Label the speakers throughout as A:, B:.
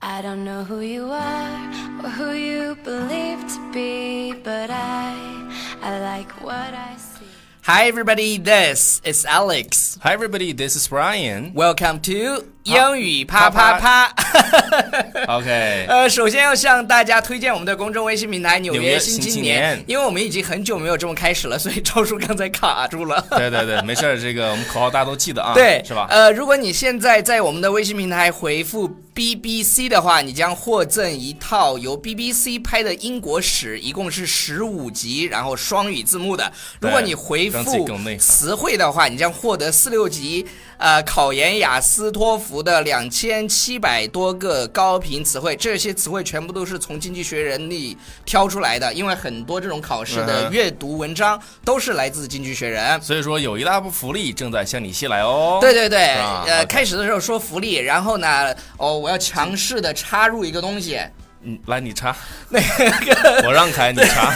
A: I don't know who you are or who you believe to be, but I, I like what I see.
B: Hi, everybody. This is Alex.
C: Hi, everybody. This is Brian.
B: Welcome to 英语啪啪啪。
C: OK，
B: 呃， 首先要向大家推荐我们的公众微信平台《纽
C: 纽约
B: 新
C: 新
B: 青
C: 青年
B: 因为我们已经很久没有这么开始了，所以超叔刚才卡住了。
C: 对对对，没事儿，这个我们口号大家都记得啊，
B: 对，
C: 是吧？
B: 呃，如果你现在在我们的微信平台回复 BBC 的话，你将获赠一套由 BBC 拍的英国史，一共是十五集，然后双语字幕的。如果
C: 对
B: 你回
C: 让自己
B: 复
C: 更内涵
B: 词汇的话，你将获得四六级，呃，考研雅思托福的两千七百多个高频词汇，这些词汇全部都是从《经济学人》里挑出来的，因为很多这种考试的
C: 嗯哼
B: 阅读文章都是来自《经济学人》。
C: 所以说有一大波福利正在向你袭来哦。
B: 对对对，
C: 是吧
B: 呃，
C: OK
B: 开始的时候说福利，然后呢，哦，我要强势的插入一个东 西，
C: 嗯，来你插，我让开，你插。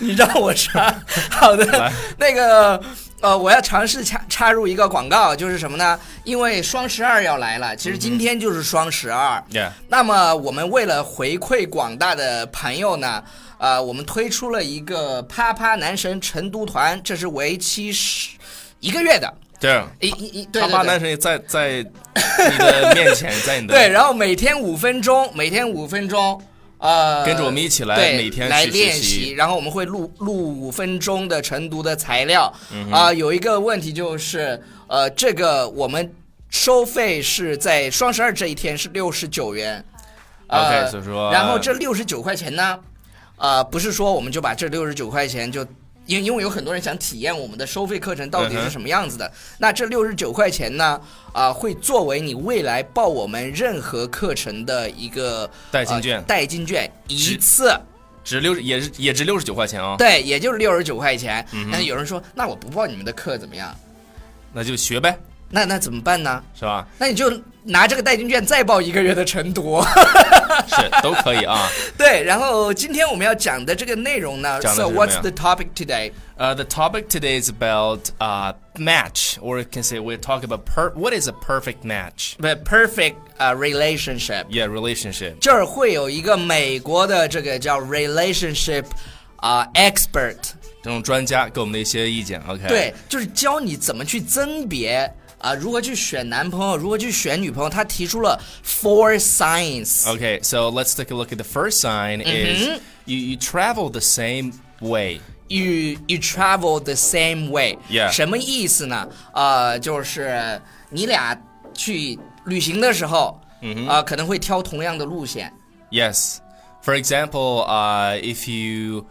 B: 你让我插，好的
C: 来，
B: 那个。呃，我要尝试插插入一个广告，就是什么呢？因为双十二要来了，其实今天就是双十二。
C: Yeah，
B: 那么我们为了回馈广大的朋友呢，呃，我们推出了一个啪啪男神成都团，这是为期十一个月的，
C: 对，
B: 一一一对
C: 他
B: 对
C: 爸
B: 对
C: 男。神也在在你的面前，在你 的
B: 对，然后每天五分钟，每天五分钟，呃，
C: 跟着我们一起来
B: 对
C: 每天
B: 来
C: 去学
B: 练
C: 习
B: 习，然后我们会录录五分钟的晨读的材料。啊、
C: 嗯
B: 有一个问题就是，呃，这个我们收费是在双十二这一天是六十九元。呃
C: OK，所以说
B: 然后这六十九块钱呢，呃，不是说我们就把这六十九块钱就，因因为有很多人想体验我们的收费课程到底
C: 嗯
B: 是
C: 哼
B: 什么样子的。那这六十九块钱呢，啊、会作为你未来报我们任何课程的一个
C: 代金券
B: 呃代金券一
C: 是
B: 次，
C: 值六也是也值六十九块钱啊，
B: 对，也就是六十九块钱。
C: 嗯
B: 但是有人说，那我不报你们的课怎么样？
C: 那就学呗，
B: 那那怎么办呢？
C: 是吧？
B: 那你就拿这个代金券再报一个月的晨读。
C: 是都可以啊。
B: 对，然后今天我们要讲的这个内容呢
C: 讲的是
B: ，So
C: 什么呀
B: what's the topic today？
C: Uh, the topic today is about uh, match, or you can say we're talking about per- what is a perfect match?
B: The perfect 呃、relationship，
C: Yeah, relationship.
B: 这儿会有一个美国的这个叫 relationship 啊、expert，
C: 这种专家给我们的一些意见。OK，
B: 对，就是教你怎么去甄别啊、如何去选男朋友，如何去选女朋友。他提出了 four signs，
C: OK, so let's take a look at the first sign
B: Mm-hmm.
C: is you, you travel the same way.
B: you you travel the same way，、
C: Yeah
B: 什么意思呢？呃，就是你俩去旅行的时候，嗯、呃，可能会挑同样的路线。
C: Yes. For example, uh, if you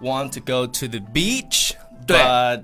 C: want to go to the beach,
B: 对。
C: but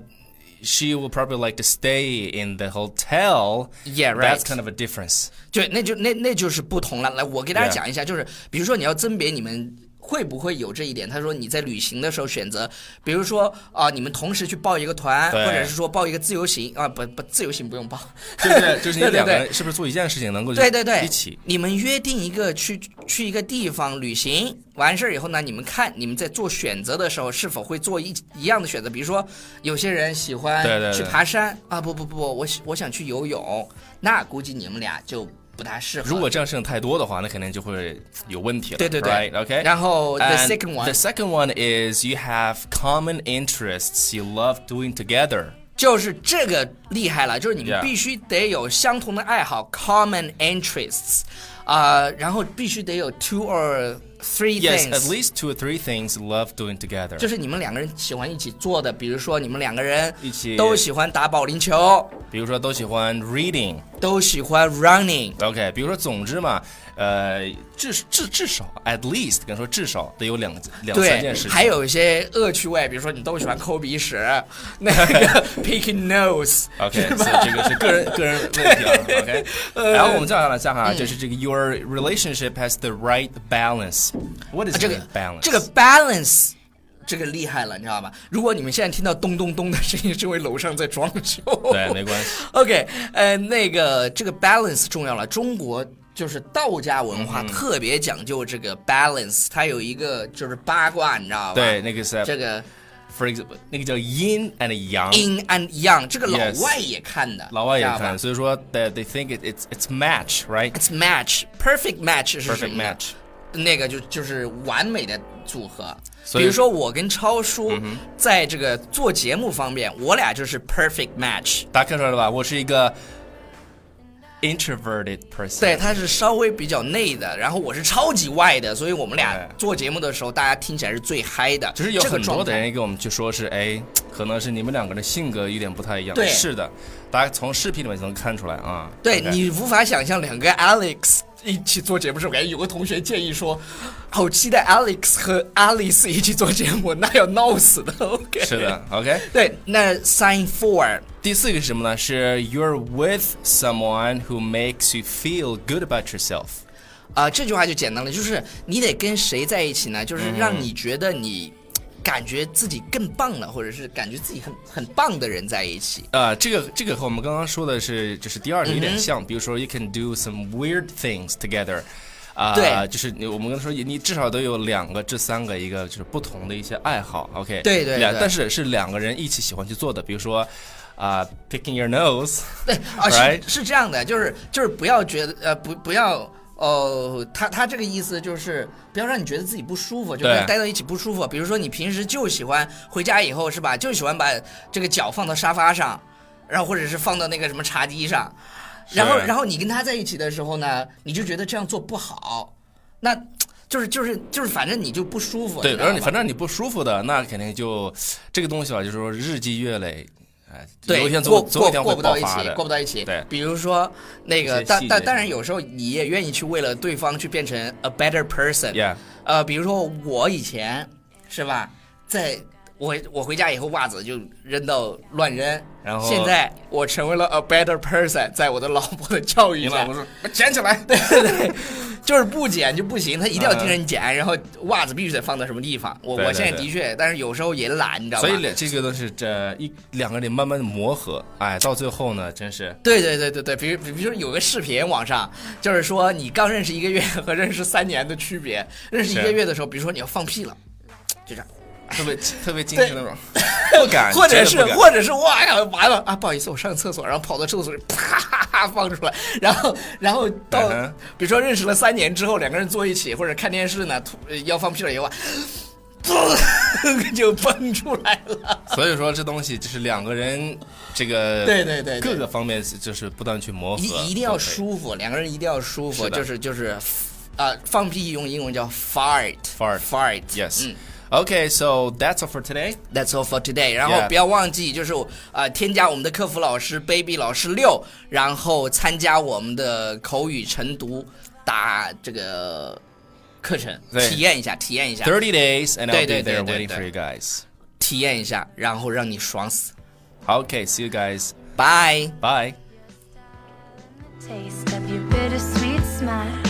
C: she will probably like to stay in the hotel.
B: Yeah,
C: That's
B: right.
C: kind of a difference.
B: 对，那就那那就是不同了。来，我给大家
C: Yeah.
B: 讲一下就是比如说你要甄别你们会不会有这一点。他说你在旅行的时候选择，比如说啊、你们同时去报一个团，
C: 对
B: 或者是说报一个自由行啊，不不，自由行不用报，
C: 就是就是你
B: 对对
C: 两个
B: 对
C: 人是不是做一件事情能够
B: 对对对，
C: 一起？
B: 你们约定一个去去一个地方旅行，完事儿以后呢，你们看你们在做选择的时候是否会做一一样的选择？比如说，有些人喜欢
C: 对对对
B: 去爬山啊，不不不，我喜我想去游泳，那估计你们俩就不大适合。
C: 如果这样事情太多的话，那肯定就会有问题了。
B: 对对对
C: right? OK。
B: 然后 the
C: And
B: second one
C: the second one is you have common interests you love doing together.
B: 就是这个厉害了，就是你们
C: Yeah.
B: 必须得有相同的爱好 （common interests），啊、然后必须得有 two or three
C: Yes,
B: things。
C: at least two or three things you love doing together.
B: 就是你们两个人喜欢一起做的，比如说你们两个人
C: 一起
B: 都喜欢打保龄球，
C: 比如说都喜欢 reading。
B: 都喜欢 running。
C: OK，比如说，总之嘛，呃，至至至少 at least 跟说至少得有两两三
B: 对
C: 件事，情。
B: 还有一些恶趣味，比如说你都喜欢抠鼻屎，那 个 picking nose，
C: OK，所以这个是个人个人问题啊。OK，然后我们再往下哈，就是这个 your relationship has the right balance。What is
B: 啊这
C: the
B: 个
C: balance？
B: 这个 balance。这个厉害了，你知道吧？如果你们现在听到咚咚咚的声音，是因为楼上在装修。
C: 对，没关系。
B: OK，呃，那个这个 balance 重要了。中国就是道家文化
C: 嗯
B: 特别讲究这个 balance，、它有一个就是八卦，你知道吧？
C: 对，那个是嗯
B: 这个
C: for example，那个叫 yin and yang，
B: in and young，这个老
C: Yes
B: 外也看的，
C: 老外也
B: 知道
C: 看，
B: 吧
C: 所以说 they they think it, it's it's match right
B: It's match perfect match 是什
C: perfect
B: 么呢
C: match。
B: 那个就就是完美的组合。
C: 所以嗯
B: 比如说我跟超叔在这个做节目方面，我俩就是 perfect match。
C: 大家看出来了吧？我是一个 introverted person。
B: 对，他是稍微比较内的，然后我是超级外的，所以我们俩
C: 哎
B: 做节目的时候，大家听起来是最嗨的。
C: 就是有
B: 这个
C: 很多
B: 状
C: 的
B: 态
C: 人给我们去说是，哎，可能是你们两个人的性格有点不太一样。
B: 对
C: 是的，大家从视频里面就能看出来啊。
B: 对
C: OK
B: 你无法想象两个 Alex 一起做节目的时候，感觉有个同学建议说，好期待 Alex 和 Alice 一起做节目，那要闹死的。OK，
C: 是的。，OK。
B: 对，那 Sign Four
C: 第四个是什么呢？是 You're with someone who makes you feel good about yourself。
B: 啊、这句话就简单了，就是你得跟谁在一起呢？就是让你觉得你感觉自己更棒了，或者是感觉自己很很棒的人在一起。
C: 呃，这个这个和我们刚刚说的是，就是第二个有
B: 嗯
C: 点像，比如说 you can do some weird things together，啊、
B: 对
C: 就是你我们刚才说你你至少都有两个、这三个，一个就是不同的一些爱好，OK，
B: 对对
C: 两
B: 对
C: 但是是两个人一起喜欢去做的，比如说啊、p i c k i n g your nose，
B: 对啊，是
C: Right？
B: 是这样的，就是就是不要觉得呃不不要哦，他他这个意思就是不要让你觉得自己不舒服，就
C: 对
B: 跟待到一起不舒服。比如说你平时就喜欢回家以后是吧，就喜欢把这个脚放到沙发上，然后或者是放到那个什么茶几上，然后然后你跟他在一起的时候呢，你就觉得这样做不好，那就是就是就是反正你就不舒服。
C: 对，
B: 知道
C: 然后你
B: 吧
C: 反正你不舒服的，那肯定就这个东西吧，就是说日积月累，哎、
B: 对，
C: 有一天
B: 过
C: 总总有
B: 过
C: 一天
B: 过
C: 会
B: 不
C: 爆
B: 到一
C: 发
B: 起
C: 的，，
B: 过不到一起。
C: 对
B: 比如说那
C: 一
B: 个，
C: 些
B: 但
C: 细
B: 但
C: 节
B: 当然有时候你也愿意去为了对方去变成 a better person。
C: Yeah
B: 呃，比如说我以前是吧，在我我回家以后袜子就扔到乱扔，
C: 然后
B: 现在我成为了 a better person，在我的老婆的教育
C: 你
B: 下
C: 老，婆说我捡起来， 嗯
B: 对对对，就是不捡就不行，他一定要盯着你捡，然后袜子必须得放到什么地方。我
C: 对
B: 我
C: 对
B: 现在
C: 对
B: 的确，但是有时候也懒，你知道吧？
C: 所以两这个都是这一两个人慢慢的磨合，哎，到最后呢，真是
B: 对对对对对，比如比如说有个视频网上，就是说你刚认识一个月 和认识三年的区别。认识一个
C: 是
B: 月的时候，比如说你要放屁了，就这样，
C: 特别特别矜
B: 对
C: 持那种， 不敢，
B: 或者是
C: 哎真的不敢
B: 或者是哇呀完了啊，不好意思，我上厕所，然后跑到厕所里啪放出来， 然后然后到、
C: 嗯哼
B: 比如说认识了三年之后，两个人坐一起或者看电视呢，突呃要放屁了以后啊，噗 就蹦出来了。
C: 所以说这东西就是两个人这个
B: 对对对对
C: 各个方面就是不断去磨合，
B: 一一定要
C: 都可以。
B: 舒服，两个人一定要舒服，
C: 是的
B: 就是就是，啊、放屁用英文叫 fart
C: Fart
B: fart
C: Yes.
B: 嗯
C: Okay, so that's all for today.
B: That's all for today。然后
C: Yeah.
B: 不要忘记，就是呃，添加我们的客服老师 Baby 老师六，然后参加我们的口语晨读打这个课程，
C: 对
B: 体验一下，体验一下，
C: Thirty days, and I'll
B: 对
C: be
B: 对对
C: there
B: 对
C: waiting
B: 对
C: for you guys.
B: 体验一下，然后让你爽死。
C: Okay, see you guys.
B: Bye。
C: Bye.
A: Taste of your bittersweet smile.